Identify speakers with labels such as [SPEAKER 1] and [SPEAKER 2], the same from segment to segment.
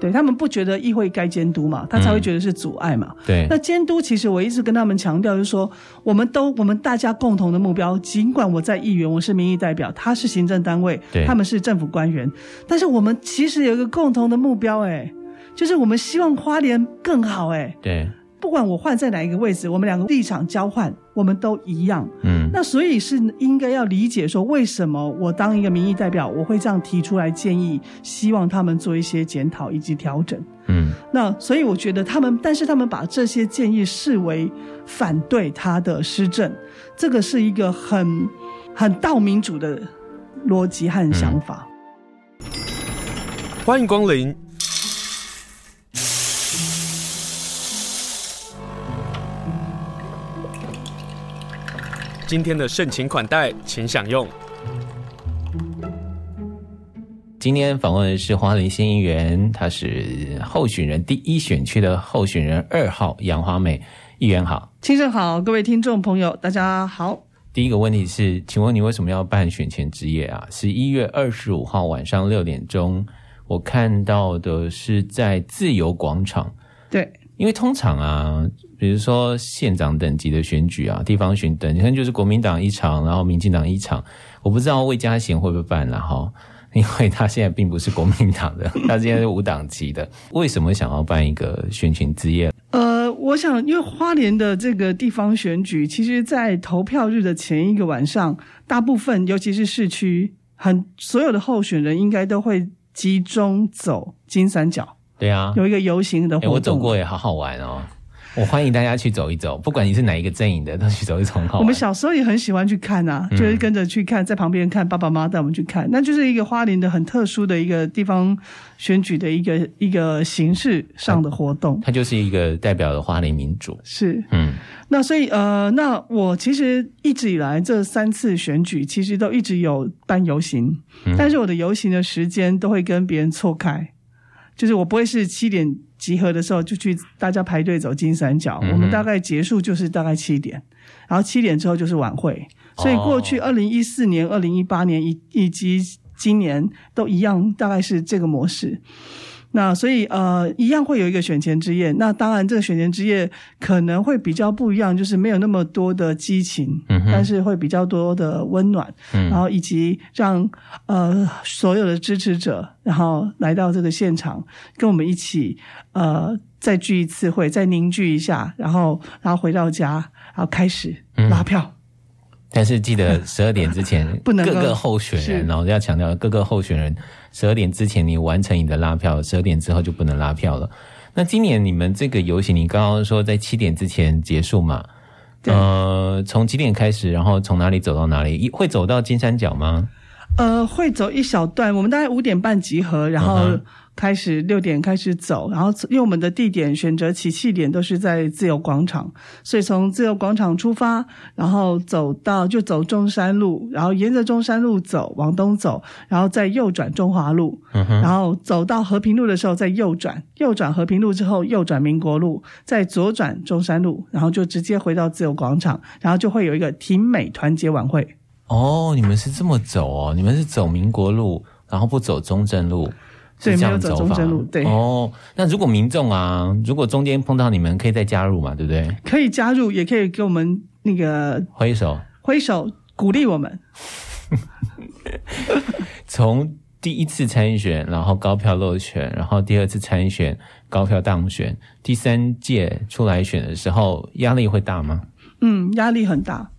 [SPEAKER 1] 对他们不觉得议会该监督嘛，他才会觉得是阻碍嘛。
[SPEAKER 2] 嗯对
[SPEAKER 1] 那监督其实我一直跟他们强调，就是说我们都我们大家共同的目标，尽管我在议员，我是民意代表，他是行政单位
[SPEAKER 2] 对，
[SPEAKER 1] 他们是政府官员，但是我们其实有一个共同的目标、哎，就是我们希望花莲更好、哎，
[SPEAKER 2] 对，
[SPEAKER 1] 不管我换在哪一个位置，我们两个立场交换，我们都一样。
[SPEAKER 2] 嗯，
[SPEAKER 1] 那所以是应该要理解说，为什么我当一个民意代表，我会这样提出来建议，希望他们做一些检讨以及调整。
[SPEAKER 2] 嗯，
[SPEAKER 1] 那所以我觉得他们，但是他们把这些建议视为反对他的施政，这个是一个很很道民主的逻辑
[SPEAKER 2] 嗯
[SPEAKER 1] 和想法。
[SPEAKER 3] 欢迎光临。今天的盛情款待，请享用。
[SPEAKER 2] 今天访问的是花莲县议员，他是候选人第一选区的候选人二号杨华美议员好。
[SPEAKER 1] 清盛好，各位听众朋友，大家好。
[SPEAKER 2] 第一个问题是，请问你为什么要办选前之夜啊？十一月二十五号晚上六点钟，我看到的是在自由广场，
[SPEAKER 1] 对，
[SPEAKER 2] 因为通常啊，比如说县长等级的选举啊，地方选等，你看就是国民党一场，然后民进党一场，我不知道魏家贤会不会办了、哈。 因为他现在并不是国民 党的，他现在是无党籍的。为什么想要办一个选前之夜？
[SPEAKER 1] 呃，我想，因为花莲的这个地方选举，其实，在投票日的前一个晚上，大部分，尤其是市区，很所有的候选人应该都会集中走金三角，
[SPEAKER 2] 对啊，
[SPEAKER 1] 有一个游行的活
[SPEAKER 2] 哎、
[SPEAKER 1] 动。
[SPEAKER 2] 我走过也好好玩哦。我欢迎大家去走一走，不管你是哪一个阵营的，都去走一走，很好玩。
[SPEAKER 1] 我们小时候也很喜欢去看啊，就是跟着去看，在旁边看，爸爸妈妈带我们去看，那就是一个花莲的很特殊的一个地方选举的一个一个形式上的活动。
[SPEAKER 2] 它就是一个代表了花莲民主。
[SPEAKER 1] 是，
[SPEAKER 2] 嗯
[SPEAKER 1] 那所以呃，那我其实一直以来这三次选举，其实都一直有办游行，但是我的游行的时间都会跟别人错开，就是我不会是七点集合的时候就去大家排队走金三角，我们大概结束就是大概七点，然后七点之后就是晚会，所以过去二零一四年、二零一八年以以及今年都一样，大概是这个模式。那所以呃，一样会有一个选前之夜。那当然，这个选前之夜可能会比较不一样，就是没有那么多的激情，
[SPEAKER 2] 嗯哼
[SPEAKER 1] 但是会比较多的温暖，
[SPEAKER 2] 嗯
[SPEAKER 1] 然后以及让呃所有的支持者，然后来到这个现场，跟我们一起呃再聚一次会，再凝聚一下，然后然后回到家，然后开始
[SPEAKER 2] 嗯
[SPEAKER 1] 拉票。
[SPEAKER 2] 但是记 得十二点之前，
[SPEAKER 1] 不能够
[SPEAKER 2] 各个候选人，
[SPEAKER 1] 是
[SPEAKER 2] 然后要强调各个候选人，十二点之前你完成你的拉票，十二点之后就不能拉票了。那今年你们这个游行，你刚刚说在七点之前结束嘛？
[SPEAKER 1] 对
[SPEAKER 2] 呃，从几点开始？然后从哪里走到哪里？一会走到金三角吗？
[SPEAKER 1] 呃，会走一小段，我们大概五点半集合，然后
[SPEAKER 2] 嗯哼
[SPEAKER 1] 开始六点开始走，然后因为我们的地点选择起讫点都是在自由广场，所以从自由广场出发，然后走到就走中山路，然后沿着中山路走往东走，然后再右转中华路，
[SPEAKER 2] 嗯哼，
[SPEAKER 1] 然后走到和平路的时候再右转，右转和平路之后右转民国路，再左转中山路，然后就直接回到自由广场，然后就会有一个挺美团结晚会。
[SPEAKER 2] 哦，你们是这么走哦，你们是走民国路，然后不走中正路，
[SPEAKER 1] 对
[SPEAKER 2] 是这样
[SPEAKER 1] 没有走
[SPEAKER 2] 走法。
[SPEAKER 1] 中正路对
[SPEAKER 2] 哦，那如果民众啊，如果中间碰到你们，可以再加入嘛，对不对？
[SPEAKER 1] 可以加入，也可以给我们那个
[SPEAKER 2] 挥手，
[SPEAKER 1] 挥手鼓励我们。
[SPEAKER 2] 从第一次参选，然后高票落选，然后第二次参选，高票当选，第三届出来选的时候，压力会大吗？
[SPEAKER 1] 嗯，压力很大，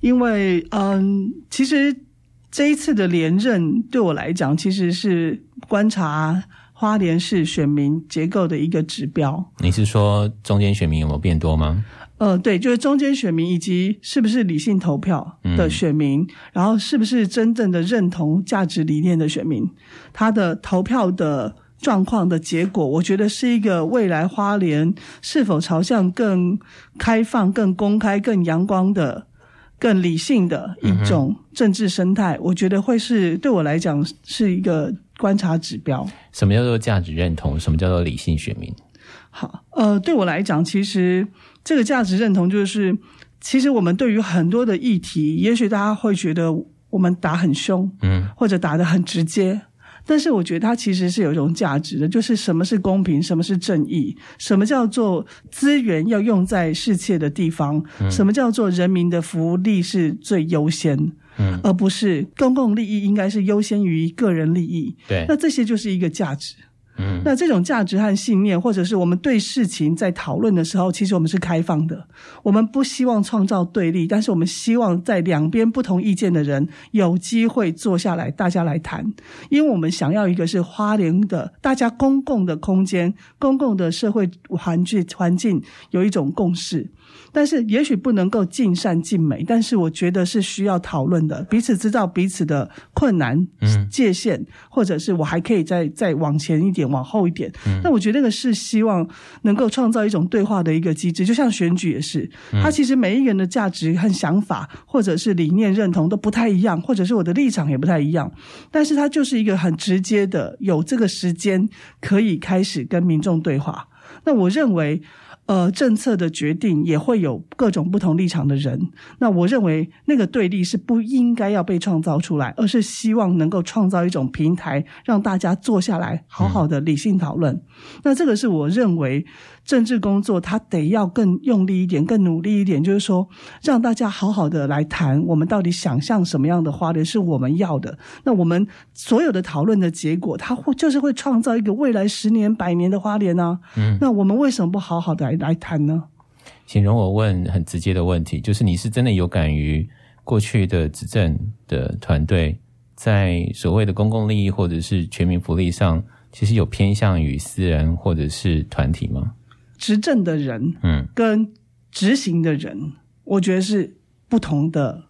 [SPEAKER 1] 因为嗯，其实这一次的连任对我来讲，其实是观察花莲市选民结构的一个指标。
[SPEAKER 2] 你是说中间选民有没有变多吗？
[SPEAKER 1] 呃，对，就是中间选民以及是不是理性投票的选民，然后是不是真正的认同价值理念的选民，他的投票的状况的结果，我觉得是一个未来花莲是否朝向更开放、更公开、更阳光的、更理性的一种政治生态。我觉得会是对我来讲是一个观察指标。
[SPEAKER 2] 什么叫做价值认同？什么叫做理性选民？
[SPEAKER 1] 好，呃，对我来讲，其实这个价值认同就是，其实我们对于很多的议题，也许大家会觉得我们打很凶，
[SPEAKER 2] 嗯，
[SPEAKER 1] 或者打得很直接，但是我觉得它其实是有一种价值的，就是什么是公平，什么是正义，什么叫做资源要用在适切的地方，什么叫做人民的福利是最优先，
[SPEAKER 2] 嗯
[SPEAKER 1] 而不是公共利益应该是优先于个人利益。
[SPEAKER 2] 对
[SPEAKER 1] 那，这些就是一个价值。
[SPEAKER 2] 嗯
[SPEAKER 1] 那这种价值和信念，或者是我们对事情在讨论的时候，其实我们是开放的，我们不希望创造对立，但是我们希望在两边不同意见的人有机会坐下来，大家来谈，因为我们想要一个是花莲的大家公共的空间、公共的社会环境环境有一种共识。但是也许不能够尽善尽美，但是我觉得是需要讨论的，彼此知道彼此的困难、
[SPEAKER 2] 嗯
[SPEAKER 1] 界限，或者是我还可以再再往前一点、往后一点。那我觉得那个是希望能够创造一种对话的一个机制，就像选举也是，它其实每一个人的价值和想法，或者是理念认同都不太一样，或者是我的立场也不太一样，但是它就是一个很直接的，有这个时间可以开始跟民众对话。那我认为，呃，政策的决定也会有各种不同立场的人。那我认为那个对立是不应该要被创造出来，而是希望能够创造一种平台，让大家坐下来好好的理性讨论。那这个是我认为政治工作它得要更用力一点，更努力一点，就是说让大家好好的来谈我们到底想象什么样的花莲是我们要的。那我们所有的讨论的结果，它会就是会创造一个未来十年、百年的花莲啊。
[SPEAKER 2] 嗯，
[SPEAKER 1] 那我们为什么不好好的来来谈呢？
[SPEAKER 2] 请容我问很直接的问题，就是你是真的有感于过去的执政的团队在所谓的公共利益或者是全民福利上，其实有偏向于私人或者是团体吗？
[SPEAKER 1] 执政的人
[SPEAKER 2] 嗯
[SPEAKER 1] 跟执行的人，我觉得是不同的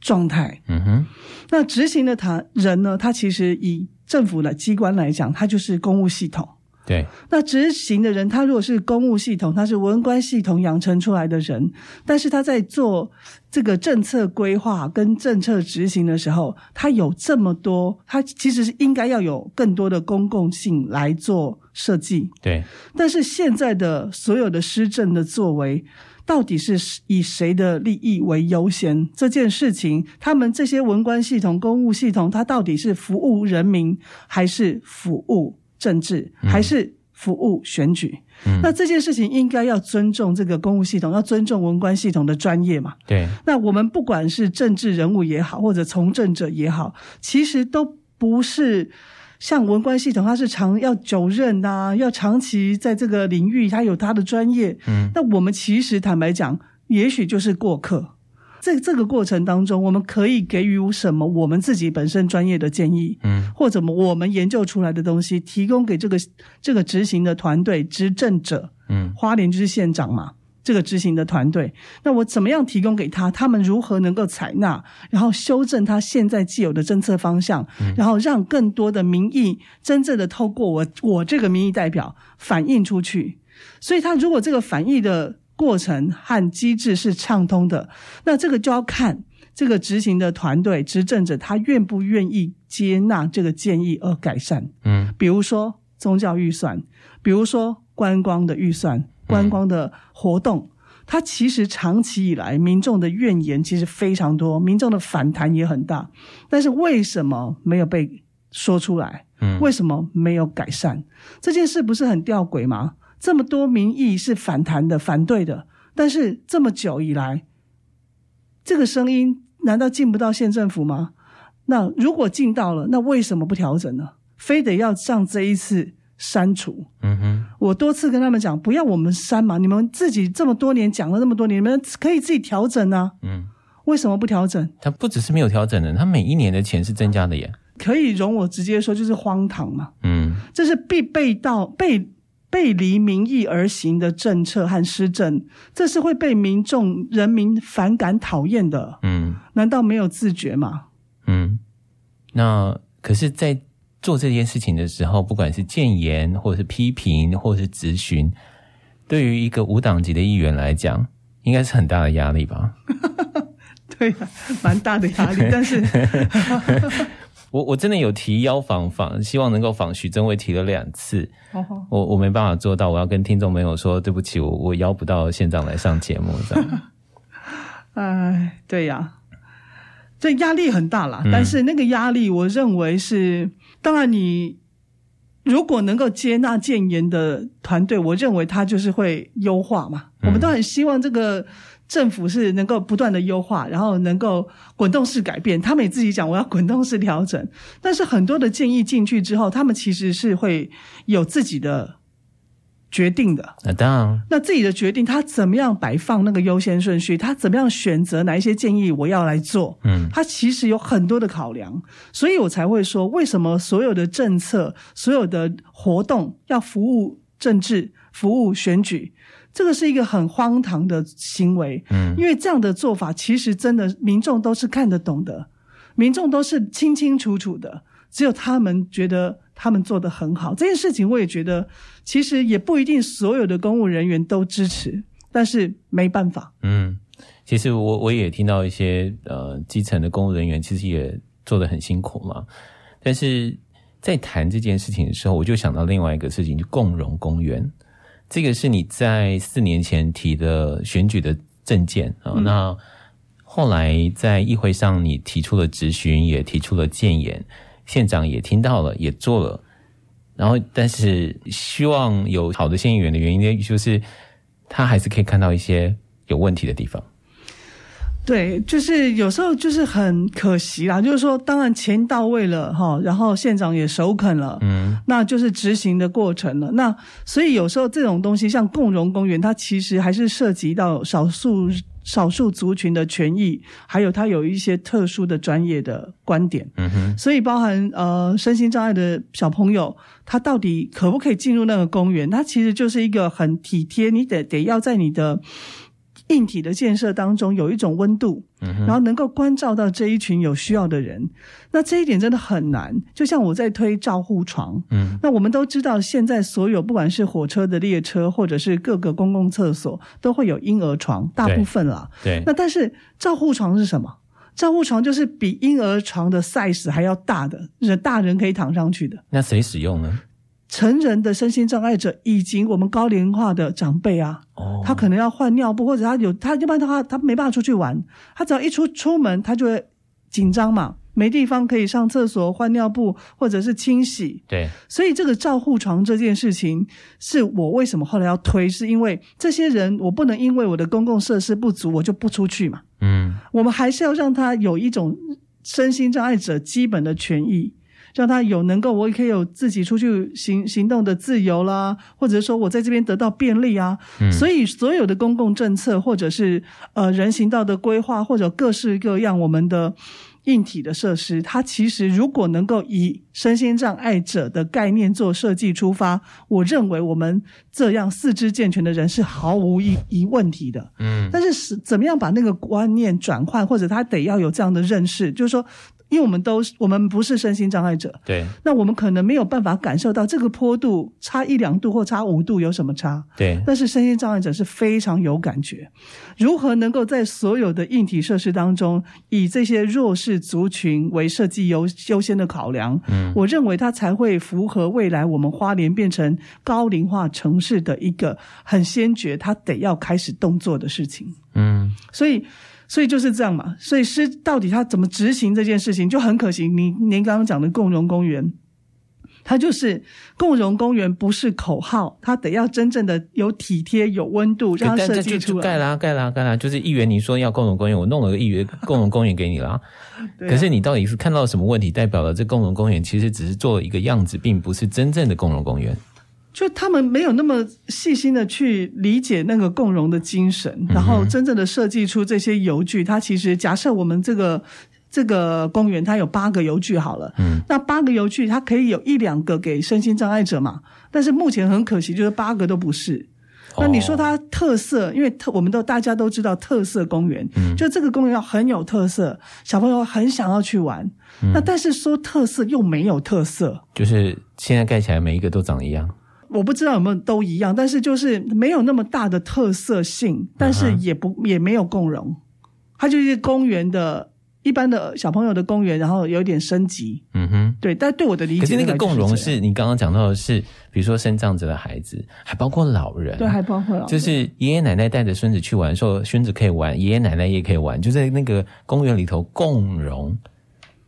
[SPEAKER 1] 状态。
[SPEAKER 2] 嗯哼
[SPEAKER 1] 那执行的他人呢，他其实以政府的机关来讲，他就是公务系统。
[SPEAKER 2] 对，
[SPEAKER 1] 那执行的人，他如果是公务系统，他是文官系统养成出来的人，但是他在做这个政策规划跟政策执行的时候，他有这么多，他其实是应该要有更多的公共性来做设计。
[SPEAKER 2] 对，
[SPEAKER 1] 但是现在的所有的施政的作为，到底是以谁的利益为优先？这件事情，他们这些文官系统、公务系统，它到底是服务人民，还是服务政治，还是服务选举？
[SPEAKER 2] 嗯
[SPEAKER 1] 那这件事情应该要尊重这个公务系统，要尊重文官系统的专业嘛？
[SPEAKER 2] 对，
[SPEAKER 1] 那我们不管是政治人物也好，或者从政者也好，其实都不是像文官系统，它是长要久任呐、要长期在这个领域，它有它的专业。
[SPEAKER 2] 嗯，
[SPEAKER 1] 那我们其实坦白讲，也许就是过客。在这个过程当中，我们可以给予什么我们自己本身专业的建议，
[SPEAKER 2] 嗯
[SPEAKER 1] 或者我们研究出来的东西，提供给这个这个执行的团队、执政者，
[SPEAKER 2] 嗯
[SPEAKER 1] 花莲就是县长嘛，这个执行的团队，那我怎么样提供给他？他们如何能够采纳，然后修正他现在既有的政策方向，然后让更多的民意真正的透过我我这个民意代表反映出去。所以，他如果这个反映的过程和机制是畅通的，那这个就要看。这个执行的团队、执政者，他愿不愿意接纳这个建议而改善？
[SPEAKER 2] 嗯
[SPEAKER 1] 比如说宗教预算，比如说观光的预算、观光的活动。它其实长期以来，民众的怨言其实非常多，民众的反弹也很大，但是为什么没有被说出来？
[SPEAKER 2] 嗯
[SPEAKER 1] 为什么没有改善？这件事不是很吊诡吗？这么多民意是反弹的、反对的，但是这么久以来，这个声音难道进不到县政府吗？那如果进到了，那为什么不调整呢？非得要像这一次删除？
[SPEAKER 2] 嗯哼
[SPEAKER 1] 我多次跟他们讲，不要我们删嘛，你们自己这么多年讲了那么多年，你们可以自己调整啊，
[SPEAKER 2] 嗯，
[SPEAKER 1] 为什么不调整？
[SPEAKER 2] 他不只是没有调整的，他每一年的钱是增加的耶。
[SPEAKER 1] 可以容我直接说，就是荒唐嘛。
[SPEAKER 2] 嗯
[SPEAKER 1] 这是必背到背背离民意而行的政策和施政，这是会被民众人民反感讨厌的。
[SPEAKER 2] 嗯
[SPEAKER 1] 难道没有自觉吗？
[SPEAKER 2] 嗯，那可是，在做这件事情的时候，不管是谏言，或是批评，或是质询，对于一个无党籍的议员来讲，应该是很大的压力吧？
[SPEAKER 1] 对、啊，蛮大的压力。但是，
[SPEAKER 2] 我我真的有提邀访访，希望能够访徐正伟提了两次，
[SPEAKER 1] 哦，
[SPEAKER 2] 我我没办法做到，我要跟听众朋友说对不起，我我邀不到县长来上节目，这样
[SPEAKER 1] 哎，对呀、这压力很大啦。但是那个压力，我认为是当然你如果能够接纳建言的团队，我认为他就是会优化嘛。
[SPEAKER 2] 嗯
[SPEAKER 1] 我们都很希望这个政府是能够不断的优化，然后能够滚动式改变。他们也自己讲我要滚动式调整，但是很多的建议进去之后，他们其实是会有自己的决定的。
[SPEAKER 2] 那当然，
[SPEAKER 1] 那自己的决定，他怎么样摆放那个优先顺序，他怎么样选择哪一些建议我要来做，
[SPEAKER 2] 嗯
[SPEAKER 1] 他其实有很多的考量，所以我才会说，为什么所有的政策、所有的活动要服务政治、服务选举，这个是一个很荒唐的行为，
[SPEAKER 2] 嗯
[SPEAKER 1] 因为这样的做法其实真的民众都是看得懂的，民众都是清清楚楚的，只有他们觉得他们做得很好。这件事情我也觉得，其实也不一定所有的公务人员都支持，但是没办法，
[SPEAKER 2] 嗯。其实我我也听到一些呃基层的公务人员，其实也做得很辛苦嘛。但是在谈这件事情的时候，我就想到另外一个事情，就共荣公园。这个是你在四年前提的选举的证件啊、那后来在议会上你提出了质询，也提出了建言，县长也听到了，也做了。然后，但是希望有好的县议员的原因，就是他还是可以看到一些有问题的地方。
[SPEAKER 1] 对，就是有时候就是很可惜啦，就是说，当然钱到位了哈，然后县长也首肯了，
[SPEAKER 2] 嗯，
[SPEAKER 1] 那就是执行的过程了。那所以有时候这种东西，像共荣公园，它其实还是涉及到少数少数族群的权益，还有它有一些特殊的专业的观点。
[SPEAKER 2] 嗯哼，
[SPEAKER 1] 所以包含呃身心障碍的小朋友，他到底可不可以进入那个公园？他其实就是一个很体贴，你得得要在你的硬体的建设当中有一种温度，
[SPEAKER 2] 嗯
[SPEAKER 1] 然后能够关照到这一群有需要的人。那这一点真的很难。就像我在推照护床，
[SPEAKER 2] 嗯，
[SPEAKER 1] 那我们都知道，现在所有不管是火车的列车，或者是各个公共厕所，都会有婴儿床，大部分啦。
[SPEAKER 2] 对
[SPEAKER 1] 那，但是照护床是什么？照护床就是比婴儿床的 size 还要大的，人大人可以躺上去的。
[SPEAKER 2] 那谁使用呢？
[SPEAKER 1] 成人的身心障碍者以及我们高龄化的长辈啊，
[SPEAKER 2] 哦
[SPEAKER 1] 他可能要换尿布，或者他有他要不然他他没办法出去玩，他只要一出出门，他就会紧张嘛，没地方可以上厕所、换尿布或者是清洗。
[SPEAKER 2] 对，
[SPEAKER 1] 所以这个照护床这件事情，是我为什么后来要推，是因为这些人我不能因为我的公共设施不足，我就不出去嘛。
[SPEAKER 2] 嗯
[SPEAKER 1] 我们还是要让他有一种身心障碍者基本的权益，让他有能够我也可以有自己出去行行动的自由啦，或者说我在这边得到便利啊。
[SPEAKER 2] 嗯，
[SPEAKER 1] 所以所有的公共政策，或者是呃人行道的规划，或者各式各样我们的硬体的设施，它其实如果能够以身心障碍者的概念做设计出发，我认为我们这样四肢健全的人是毫无疑疑问题的。
[SPEAKER 2] 嗯
[SPEAKER 1] 但是是怎么样把那个观念转换，或者他得要有这样的认识，就是说，因为我们都是我们不是身心障碍者，
[SPEAKER 2] 对
[SPEAKER 1] 那我们可能没有办法感受到这个坡度差一两度或差五度有什么差。
[SPEAKER 2] 对，
[SPEAKER 1] 但是身心障碍者是非常有感觉，如何能够在所有的硬体设施当中，以这些弱势族群为设计优优先的考量，
[SPEAKER 2] 嗯
[SPEAKER 1] 我认为它才会符合未来我们花莲变成高龄化城市的一个很先决，它得要开始动作的事情。
[SPEAKER 2] 嗯
[SPEAKER 1] 所以，所以就是这样嘛。所以是到底他怎么执行这件事情，就很可惜。您您刚刚讲的共荣公园，它就是共荣公园不是口号，它得要真正的有体贴、有温度，让它
[SPEAKER 2] 但
[SPEAKER 1] 设
[SPEAKER 2] 这
[SPEAKER 1] 计
[SPEAKER 2] 就
[SPEAKER 1] 出
[SPEAKER 2] 就盖
[SPEAKER 1] 来。
[SPEAKER 2] 啦盖啦盖啦，就是议员你说要共同公园，我弄了个议员共同公园给你啦。
[SPEAKER 1] 对啊
[SPEAKER 2] 可是你到底是看到什么问题，代表了这共同公园其实只是做了一个样子，并不是真正的共同公园。
[SPEAKER 1] 就他们没有那么细心的去理解那个共荣的精
[SPEAKER 2] 嗯
[SPEAKER 1] 神，然后真正的设计出这些游具。它其实假设我们这个这个公园它有八个游具好了，
[SPEAKER 2] 嗯，
[SPEAKER 1] 那八个游具它可以有一两个给身心障碍者嘛，但是目前很可惜就是八个都不是。那你说
[SPEAKER 2] 哦
[SPEAKER 1] 它特色，因为特我们都大家都知道特色公园，
[SPEAKER 2] 嗯
[SPEAKER 1] 就这个公园要很有特色，小朋友很想要去玩。
[SPEAKER 2] 嗯
[SPEAKER 1] 那但是说特色又没有特色，
[SPEAKER 2] 就是现在盖起来每一个都长一样？
[SPEAKER 1] 我不知道有没有都一样，但是就是没有那么大的特色
[SPEAKER 2] 嗯
[SPEAKER 1] 性，但是也不、也没有共融，它就是公园的一般的小朋友的公园，然后有一点升级。
[SPEAKER 2] 嗯哼。
[SPEAKER 1] 对，但对我的理解，
[SPEAKER 2] 可是那个共
[SPEAKER 1] 大概
[SPEAKER 2] 融
[SPEAKER 1] 就是
[SPEAKER 2] 你刚刚讲到的是，比如说生障者的孩子，还包括老人，
[SPEAKER 1] 这样对，还包括老
[SPEAKER 2] 就是爷爷奶奶带着孙子去玩的时候，孙子可以玩，爷爷奶奶也可以玩，就在那个公园里头共融。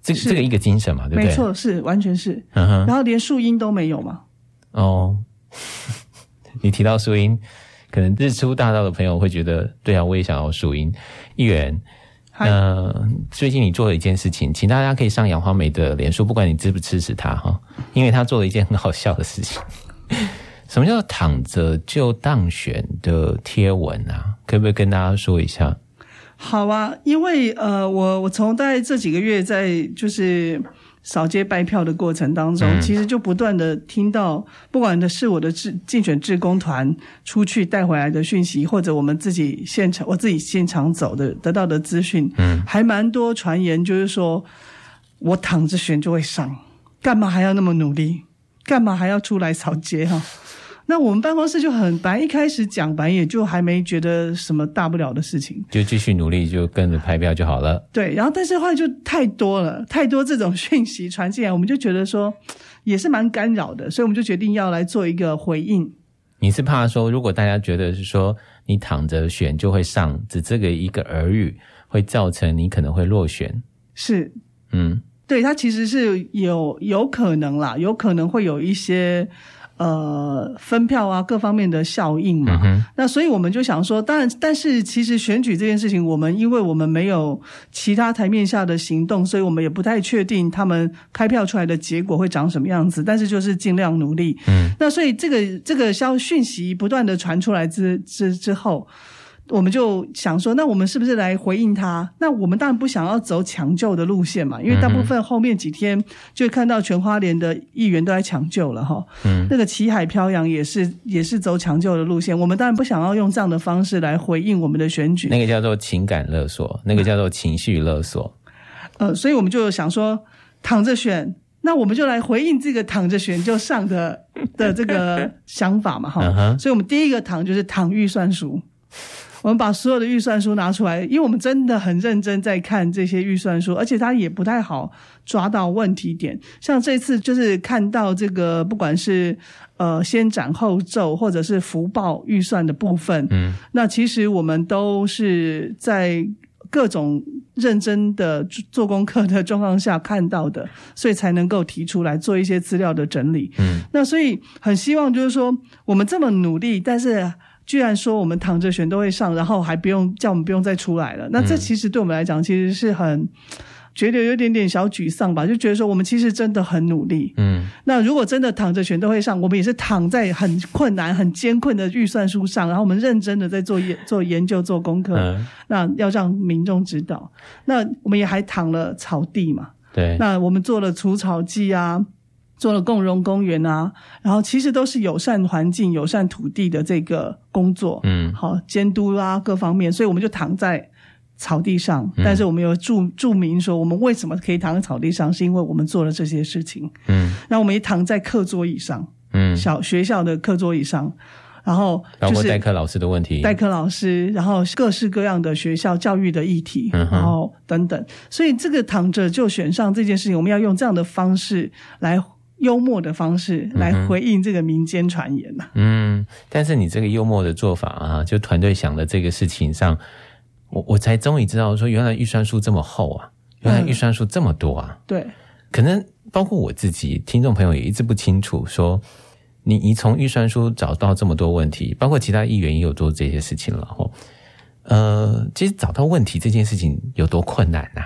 [SPEAKER 2] 这个
[SPEAKER 1] 是
[SPEAKER 2] 这个一个精神嘛，对不对？
[SPEAKER 1] 没，错，是完全是。
[SPEAKER 2] 嗯哼，
[SPEAKER 1] 然后连树荫都没有嘛，
[SPEAKER 2] 哦， 你提到树荫，可能日出大道的朋友会觉得，对啊，我也想要树荫。议员，
[SPEAKER 1] 还、
[SPEAKER 2] 呃，最近你做了一件事情，请大家可以上杨花梅的脸书，不管你支不支持他哈，因为他做了一件很好笑的事情。 什么叫躺着就当选的贴文啊？可不可以跟大家说一下？
[SPEAKER 1] 好啊，因为呃，我我从大概这几个月在就是扫街拜票的过程当中，
[SPEAKER 2] 嗯
[SPEAKER 1] 其实就不断的听到，不管的是我的志竞选志工团出去带回来的讯息，或者我们自己现场我自己现场走的得到的资讯，嗯，还蛮多传言，就是说我躺着选就会上，干嘛还要那么努力？干嘛还要出来扫街哈、那我们办公室就很白，一开始讲白也就还没觉得什么大不了的事情，
[SPEAKER 2] 就继续努力，就跟着拍票就好了。
[SPEAKER 1] 对，然后但是后来就太多了，太多这种讯息传进来，我们就觉得说也是蛮干扰的，所以我们就决定要来做一个回应。
[SPEAKER 2] 你是怕说，如果大家觉得是说你躺着选就会上，只这个一个耳语，会造成你可能会落选。
[SPEAKER 1] 是
[SPEAKER 2] 嗯，
[SPEAKER 1] 对，它其实是有有可能啦，有可能会有一些呃分票啊各方面的效应嘛。
[SPEAKER 2] 哼
[SPEAKER 1] 那所以我们就想说，当然，但是其实选举这件事情，我们因为我们没有其他台面下的行动，所以我们也不太确定他们开票出来的结果会长什么样子。但是就是尽量努力。嗯，那所以这个这个消讯息不断的传出来之之之后。我们就想说，那我们是不是来回应他？那我们当然不想要走抢救的路线嘛，因为大部分后面几天就看到全花莲的议员都在抢救了哈。嗯，那个旗海飘扬也是也是走抢救的路线，我们当然不想要用这样的方式来回应我们的选举。
[SPEAKER 2] 那个叫做情感勒索，那个叫做情绪勒索。
[SPEAKER 1] 呃，所以我们就想说，躺着选，那我们就来回应这个躺着选就上的的这个想法嘛，哈。
[SPEAKER 2] 嗯哼
[SPEAKER 1] 所以我们第一个躺就是躺预算书，我们把所有的预算书拿出来，因为我们真的很认真在看这些预算书，而且它也不太好抓到问题点。像这次就是看到这个，不管是呃先斩后奏，或者是福报预算的部分，
[SPEAKER 2] 嗯，
[SPEAKER 1] 那其实我们都是在各种认真的做功课的状况下看到的，所以才能够提出来做一些资料的整理。
[SPEAKER 2] 嗯，
[SPEAKER 1] 那所以很希望就是说，我们这么努力，但是。居然说我们躺着选都会上，然后还不用叫我们不用再出来了，那这其实对我们来讲其实是很觉得有点点小沮丧吧，就觉得说我们其实真的很努力，
[SPEAKER 2] 嗯，
[SPEAKER 1] 那如果真的躺着选都会上，我们也是躺在很困难、很艰困的预算书上，然后我们认真的在做研、做研究、做功课。
[SPEAKER 2] 嗯，
[SPEAKER 1] 那要让民众知道，那我们也还躺了草地嘛。
[SPEAKER 2] 对，
[SPEAKER 1] 那我们做了除草剂啊，做了共荣公园啊，然后其实都是友善环境、友善土地的这个工作。
[SPEAKER 2] 嗯
[SPEAKER 1] 好监督啦、各方面，所以我们就躺在草地上。
[SPEAKER 2] 嗯
[SPEAKER 1] 但是我们有注注明说，我们为什么可以躺在草地上，是因为我们做了这些事情。
[SPEAKER 2] 嗯
[SPEAKER 1] 然后我们也躺在课桌椅上，
[SPEAKER 2] 嗯，
[SPEAKER 1] 小学校的课桌椅上，然后
[SPEAKER 2] 包
[SPEAKER 1] 就
[SPEAKER 2] 括
[SPEAKER 1] 是
[SPEAKER 2] 代课老师的问题，
[SPEAKER 1] 代课老师，然后各式各样的学校教育的议题，
[SPEAKER 2] 嗯哼
[SPEAKER 1] 然后等等。所以这个躺着就选上这件事情，我们要用这样的方式来幽默的方式来回应这个民间传言呐、啊
[SPEAKER 2] 嗯，但是你这个幽默的做法啊，就团队想的这个事情上，我我才终于知道说，原来预算书这么厚啊，原来预算书这么多啊，
[SPEAKER 1] 对，
[SPEAKER 2] 可能包括我自己，听众朋友也一直不清楚说。你你从预算书找到这么多问题，包括其他议员也有做这些事情了吼。呃，其实找到问题这件事情有多困难啊呐、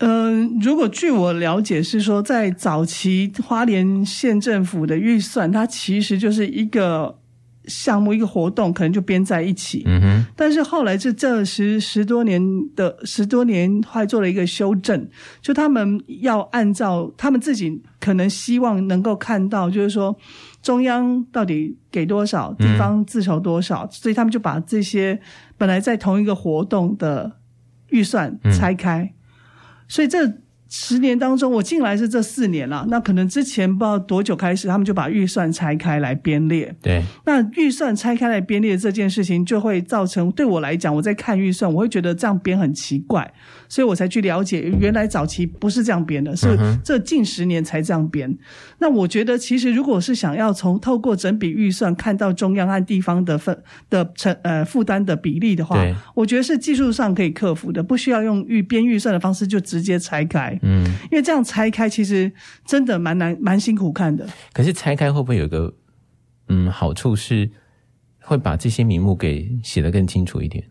[SPEAKER 1] 嗯，如果据我了解是说，在早期花莲县政府的预算，它其实就是一个项目、一个活动，可能就编在一起。
[SPEAKER 2] 嗯哼，
[SPEAKER 1] 但是后来这这十十多年的十多年，后来做了一个修正，就他们要按照他们自己可能希望能够看到，就是说中央到底给多少，地方自筹多少，所以他们就把这些本来在同一个活动的预算拆开，所以这。十年当中，我进来是这四年了，那可能之前不知道多久开始，他们就把预算拆开来编列。
[SPEAKER 2] 对，
[SPEAKER 1] 那预算拆开来编列这件事情，就会造成对我来讲，我在看预算，我会觉得这样编很奇怪，所以我才去了解，原来早期不是这样编的，
[SPEAKER 2] 嗯
[SPEAKER 1] 是这近十年才这样编。那我觉得，其实如果是想要从透过整笔预算看到中央和地方的分的成呃负担的比例的话
[SPEAKER 2] 对，
[SPEAKER 1] 我觉得是技术上可以克服的，不需要用预编预算的方式就直接拆开。
[SPEAKER 2] 嗯，
[SPEAKER 1] 因为这样拆开其实真的蛮难、蛮辛苦看的。
[SPEAKER 2] 可是拆开会不会有一个嗯好处是，会把这些名目给写得更清楚一点，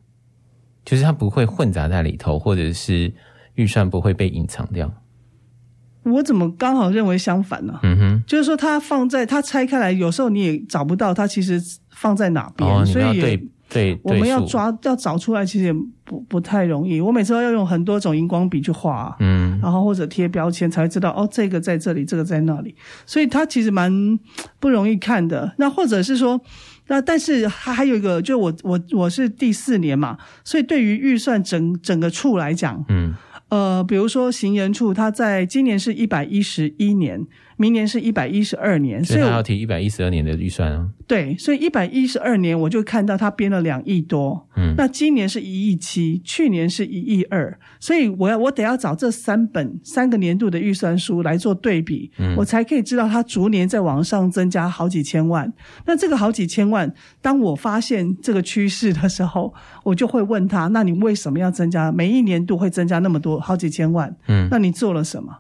[SPEAKER 2] 就是它不会混杂在里头，或者是预算不会被隐藏掉。
[SPEAKER 1] 我怎么刚好认为相反呢、
[SPEAKER 2] 嗯哼，
[SPEAKER 1] 就是说它放在它拆开来，有时候你也找不到它其实放在哪边，
[SPEAKER 2] 哦，你
[SPEAKER 1] 所
[SPEAKER 2] 们要
[SPEAKER 1] 以
[SPEAKER 2] 对
[SPEAKER 1] 也
[SPEAKER 2] 对
[SPEAKER 1] 我
[SPEAKER 2] 对
[SPEAKER 1] 们要
[SPEAKER 2] 数，
[SPEAKER 1] 抓要找出来，其实也不不太容易。我每次都要用很多种荧光笔去画啊、
[SPEAKER 2] 嗯
[SPEAKER 1] 然后或者贴标签才会知道哦，这个在这里，这个在那里，所以它其实蛮不容易看的。那或者是说，那但是还还有一个，就我我我是第四年嘛，所以对于预算整整个处来讲，
[SPEAKER 2] 嗯
[SPEAKER 1] 呃，比如说行人处，它在今年是一百一十一年，明年是一百一十二年，
[SPEAKER 2] 所
[SPEAKER 1] 所以
[SPEAKER 2] 以他要
[SPEAKER 1] 我
[SPEAKER 2] 提一百一十二年的预算啊，
[SPEAKER 1] 对，所以一百一十二年我就看到它编了两亿多，
[SPEAKER 2] 嗯
[SPEAKER 1] 那今年是一亿七，去年是一亿二，所以我要我得要找这三本三个年度的预算书来做对比，
[SPEAKER 2] 嗯
[SPEAKER 1] 我才可以知道它逐年在往上增加好几千万。那这个好几千万，当我发现这个趋势的时候，我就会问他：那你为什么要增加？每一年度会增加那么多好几千万？
[SPEAKER 2] 嗯
[SPEAKER 1] 那你做了什么？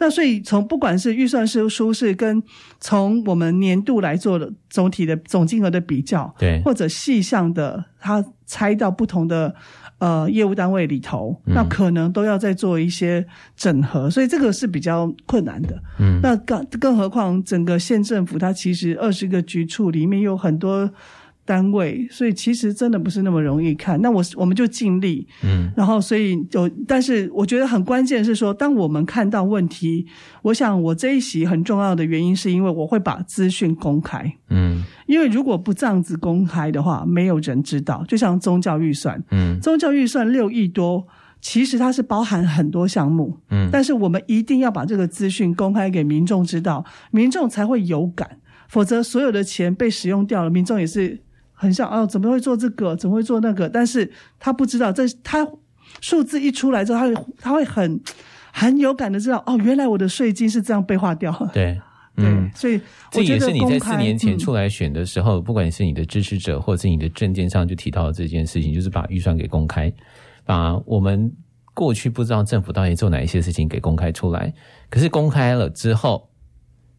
[SPEAKER 1] 那所以从不管是预算书书是跟从我们年度来做的总体的总金额的比较，
[SPEAKER 2] 对，
[SPEAKER 1] 或者细项的，他拆到不同的呃业务单位里头，
[SPEAKER 2] 嗯
[SPEAKER 1] 那可能都要再做一些整合，所以这个是比较困难的。
[SPEAKER 2] 嗯
[SPEAKER 1] 那更更何况整个县政府，它其实二十个局处里面有很多单位，所以其实真的不是那么容易看。那我我们就尽力，
[SPEAKER 2] 嗯
[SPEAKER 1] 然后所以有，但是我觉得很关键是说，当我们看到问题，我想我这一席很重要的原因是因为我会把资讯公开。
[SPEAKER 2] 嗯
[SPEAKER 1] 因为如果不这样子公开的话，没有人知道。就像宗教预算，
[SPEAKER 2] 嗯
[SPEAKER 1] 宗教预算六亿多，其实它是包含很多项目，
[SPEAKER 2] 嗯
[SPEAKER 1] 但是我们一定要把这个资讯公开给民众知道，民众才会有感。否则，所有的钱被使用掉了，民众也是很想哦，怎么会做这个？怎么会做那个？但是他不知道，这他数字一出来之后，他会他会很很有感的知道哦，原来我的税金是这样被划掉了。
[SPEAKER 2] 对，嗯
[SPEAKER 1] 对，。所以
[SPEAKER 2] 这
[SPEAKER 1] 我觉
[SPEAKER 2] 也
[SPEAKER 1] 得
[SPEAKER 2] 是你在
[SPEAKER 1] 公
[SPEAKER 2] 四
[SPEAKER 1] 开
[SPEAKER 2] 年前
[SPEAKER 1] 嗯
[SPEAKER 2] 出来选的时候，不管是你的支持者或者是你的证件上就提到了这件事情，就是把预算给公开，把我们过去不知道政府到底做哪一些事情给公开出来。可是公开了之后，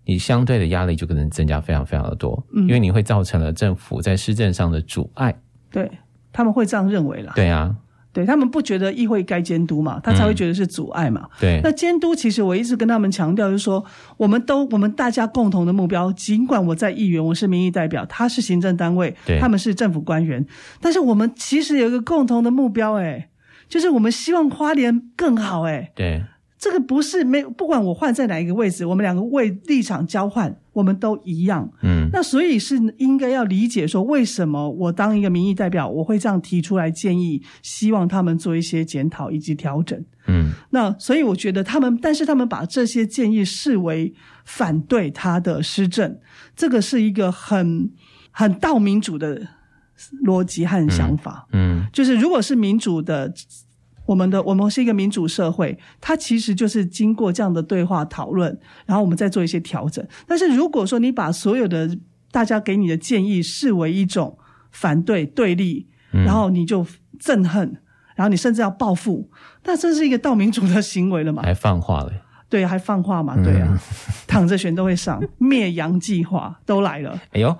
[SPEAKER 2] 你相对的压力就可能增加非常非常的多，
[SPEAKER 1] 嗯
[SPEAKER 2] 因为你会造成了政府在施政上的阻碍。
[SPEAKER 1] 对他们会这样认为啦。
[SPEAKER 2] 对啊，
[SPEAKER 1] 对他们不觉得议会该监督嘛，他才会觉得是阻碍嘛。
[SPEAKER 2] 对，
[SPEAKER 1] 那监督其实我一直跟他们强调，就是说我们都我们大家共同的目标，尽管我在议员，我是民意代表，他是行政单位
[SPEAKER 2] 对，
[SPEAKER 1] 他们是政府官员，但是我们其实有一个共同的目标、欸，就是我们希望花莲更好、欸，
[SPEAKER 2] 对，
[SPEAKER 1] 这个不是没有不管我换在哪一个位置，我们两个位立场交换，我们都一样。
[SPEAKER 2] 嗯
[SPEAKER 1] 那所以是应该要理解说，为什么我当一个民意代表，我会这样提出来建议，希望他们做一些检讨以及调整。
[SPEAKER 2] 嗯
[SPEAKER 1] 那所以我觉得他们，但是他们把这些建议视为反对他的施政，这个是一个很很道民主的逻辑和想法。
[SPEAKER 2] 嗯
[SPEAKER 1] 就是如果是民主的，我们的我们是一个民主社会，它其实就是经过这样的对话讨论，然后我们再做一些调整。但是如果说你把所有的大家给你的建议视为一种反对对立，
[SPEAKER 2] 嗯
[SPEAKER 1] 然后你就憎恨，然后你甚至要报复，那这是一个盗民主的行为了嘛？
[SPEAKER 2] 还放话了。
[SPEAKER 1] 对，还放话嘛？对啊，躺着选都会上，灭洋计划都来了。
[SPEAKER 2] 哎呦，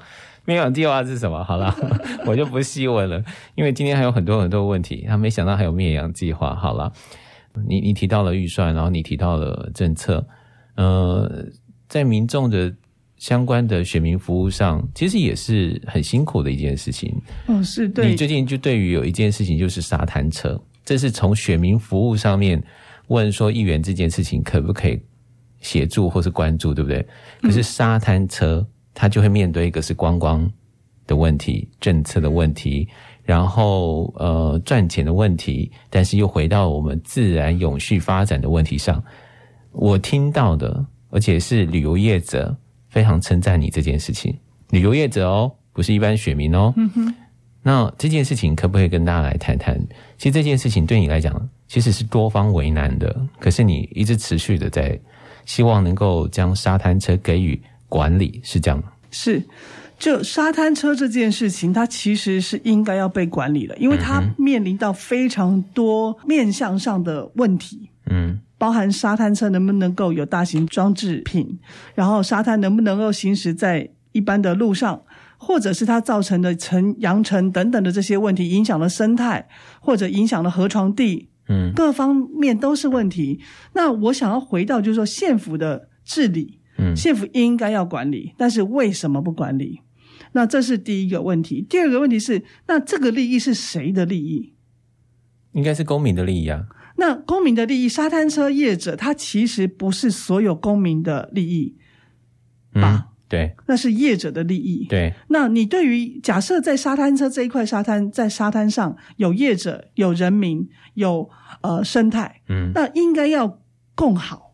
[SPEAKER 2] 没有计划是什么？好啦， 我就不细问了，因为今天还有很多很多问题。他没想到还有灭洋计划。好啦，你你提到了预算，然后你提到了政策，呃，在民众的相关的选民服务上，其实也是很辛苦的一件事情。
[SPEAKER 1] 哦，是对
[SPEAKER 2] 你，最近就对于有一件事情就是沙滩车，这是从选民服务上面问说议员这件事情可不可以协助或是关注，对不对？
[SPEAKER 1] 嗯
[SPEAKER 2] 可是沙滩车它就会面对一个是观光的问题、政策的问题，然后呃赚钱的问题，但是又回到我们自然永续发展的问题上。我听到的，而且是旅游业者非常称赞你这件事情，旅游业者哦，不是一般选民哦。那这件事情可不可以跟大家来谈谈？其实这件事情对你来讲，其实是多方为难的，可是你一直持续的在希望能够将沙滩车给予管理，是这样吗？
[SPEAKER 1] 是，就沙滩车这件事情，它其实是应该要被管理的，因为它面临到非常多面向上的问题。
[SPEAKER 2] 嗯
[SPEAKER 1] 包含沙滩车能不能够有大型装置品，然后沙滩能不能够行驶在一般的路上，或者是它造成的尘、扬尘等等的这些问题，影响了生态，或者影响了河床地，
[SPEAKER 2] 嗯
[SPEAKER 1] 各方面都是问题。那我想要回到就是说县府的治理，
[SPEAKER 2] 嗯
[SPEAKER 1] 县府应该要管理，但是为什么不管理？那这是第一个问题。第二个问题是，那这个利益是谁的利益？
[SPEAKER 2] 应该是公民的利益啊。
[SPEAKER 1] 那公民的利益，沙滩车业者他其实不是所有公民的利益，
[SPEAKER 2] 嗯
[SPEAKER 1] 吧，
[SPEAKER 2] 对
[SPEAKER 1] 那是业者的利益。
[SPEAKER 2] 对，
[SPEAKER 1] 那你对于假设在沙滩车这一块沙滩，在沙滩上有业者、有人民、有呃生态，
[SPEAKER 2] 嗯
[SPEAKER 1] 那应该要共好。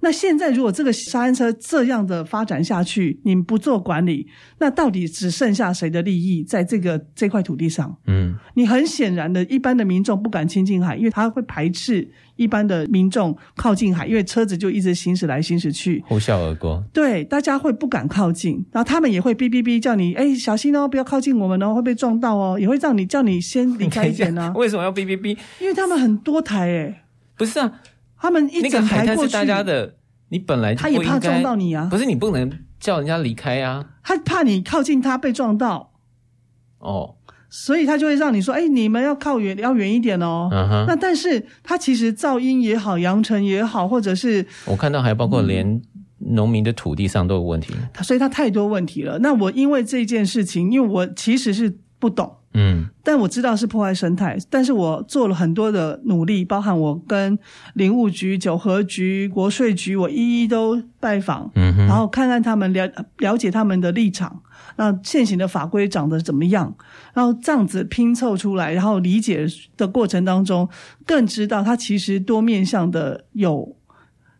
[SPEAKER 1] 那现在如果这个沙滩车这样的发展下去，你们不做管理，那到底只剩下谁的利益在这个这块土地上？
[SPEAKER 2] 嗯
[SPEAKER 1] 你很显然的，一般的民众不敢亲近海，因为他会排斥一般的民众靠近海，因为车子就一直行驶来行驶去。
[SPEAKER 2] 呼啸而过，
[SPEAKER 1] 对，大家会不敢靠近，然后他们也会哔哔哔叫你，哎、小心哦，不要靠近我们哦，会被撞到哦，也会让你叫你先离开一啊点 呢、
[SPEAKER 2] 为什么要哔哔哔？
[SPEAKER 1] 因为他们很多台哎、
[SPEAKER 2] 不是啊，
[SPEAKER 1] 他们一
[SPEAKER 2] 那个
[SPEAKER 1] 整
[SPEAKER 2] 海
[SPEAKER 1] 排
[SPEAKER 2] 滩
[SPEAKER 1] 过
[SPEAKER 2] 是
[SPEAKER 1] 去，
[SPEAKER 2] 大家的，你本来就
[SPEAKER 1] 他也
[SPEAKER 2] 不应
[SPEAKER 1] 怕
[SPEAKER 2] 该
[SPEAKER 1] 撞到你啊，
[SPEAKER 2] 不是你不能叫人家离开啊。
[SPEAKER 1] 他怕你靠近他被撞到，
[SPEAKER 2] 哦，
[SPEAKER 1] 所以他就会让你说，哎、你们要靠远，要远一点哦。
[SPEAKER 2] 嗯哼，
[SPEAKER 1] 那但是它其实噪音也好，扬尘也好，或者是
[SPEAKER 2] 我看到还包括
[SPEAKER 1] 嗯
[SPEAKER 2] 连农民的土地上都有问题。
[SPEAKER 1] 他所以他太多问题了。那我因为这件事情，因为我其实是不懂，
[SPEAKER 2] 嗯
[SPEAKER 1] 但我知道是破坏生态，但是我做了很多的努力，包含我跟林务局、九和局、国税局，我一一都拜访，
[SPEAKER 2] 嗯哼，
[SPEAKER 1] 然后看看他们了了解他们的立场，那现行的法规长得怎么样，然后这样子拼凑出来，然后理解的过程当中，更知道它其实多面向的有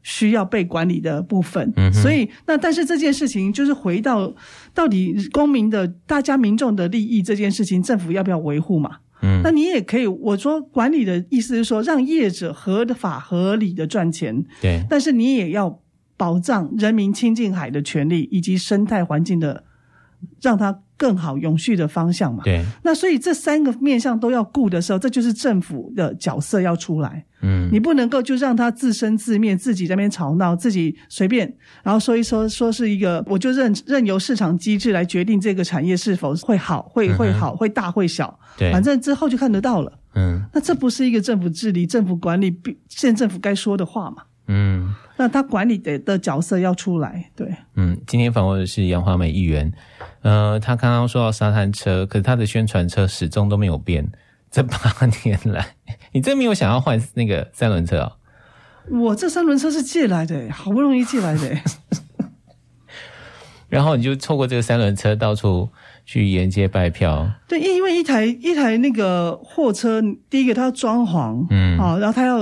[SPEAKER 1] 需要被管理的部分。
[SPEAKER 2] 嗯哼
[SPEAKER 1] 所以那但是这件事情就是回到到底公民的大家民众的利益这件事情，政府要不要维护嘛？
[SPEAKER 2] 嗯
[SPEAKER 1] 那你也可以，我说管理的意思是说，让业者合法合理的赚钱，
[SPEAKER 2] 对，
[SPEAKER 1] 但是你也要保障人民亲近海的权利以及生态环境的，让它更好永续的方向嘛。
[SPEAKER 2] 对，
[SPEAKER 1] 那所以这三个面向都要顾的时候，这就是政府的角色要出来。
[SPEAKER 2] 嗯
[SPEAKER 1] 你不能够就让它自生自灭，自己在那边吵闹，自己随便，然后说一说说是一个，我就任任由市场机制来决定这个产业是否会好，会会好，会大会小，
[SPEAKER 2] 嗯对，
[SPEAKER 1] 反正之后就看得到了。
[SPEAKER 2] 嗯
[SPEAKER 1] 那这不是一个政府治理、政府管理、必县政府该说的话嘛？
[SPEAKER 2] 嗯
[SPEAKER 1] 那他管理的的角色要出来，对，
[SPEAKER 2] 嗯，今天访问的是杨华美议员，呃，他刚刚说到沙滩车，可是他的宣传车始终都没有变，这八年来，你真没有想要换那个三轮车哦？
[SPEAKER 1] 我这三轮车是借来的，好不容易借来 的，
[SPEAKER 2] 然后你就透过这个三轮车到处去沿街拜票，
[SPEAKER 1] 对，因为一台一台那个货车，第一个它要装潢，
[SPEAKER 2] 嗯
[SPEAKER 1] 哦，然后它要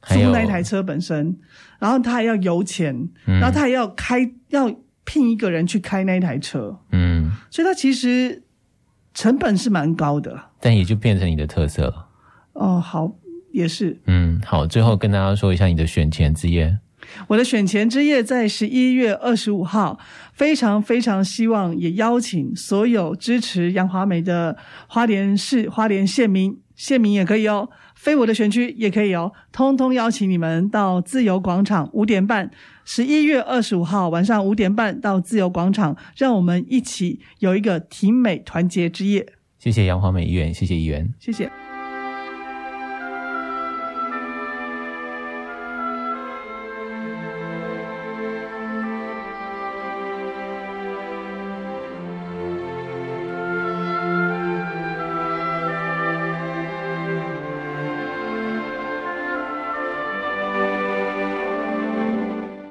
[SPEAKER 2] 还有
[SPEAKER 1] 租那一台车本身，然后它还要油钱，
[SPEAKER 2] 嗯
[SPEAKER 1] 然后它还要开要聘一个人去开那一台车，
[SPEAKER 2] 嗯，
[SPEAKER 1] 所以它其实成本是蛮高的，
[SPEAKER 2] 但也就变成你的特色了。
[SPEAKER 1] 哦，好，也是。
[SPEAKER 2] 嗯，好，最后跟大家说一下你的选前之夜。
[SPEAKER 1] 我的选前之夜在十一月二十五号，非常非常希望也邀请所有支持杨华美的花莲市、花莲县民、县民也可以哦，非我的选区也可以哦，通通邀请你们到自由广场五点半，十一月二十五号晚上五点半到自由广场，让我们一起有一个挺美团结之夜。
[SPEAKER 2] 谢谢杨华美议员，谢谢议员。
[SPEAKER 1] 谢谢。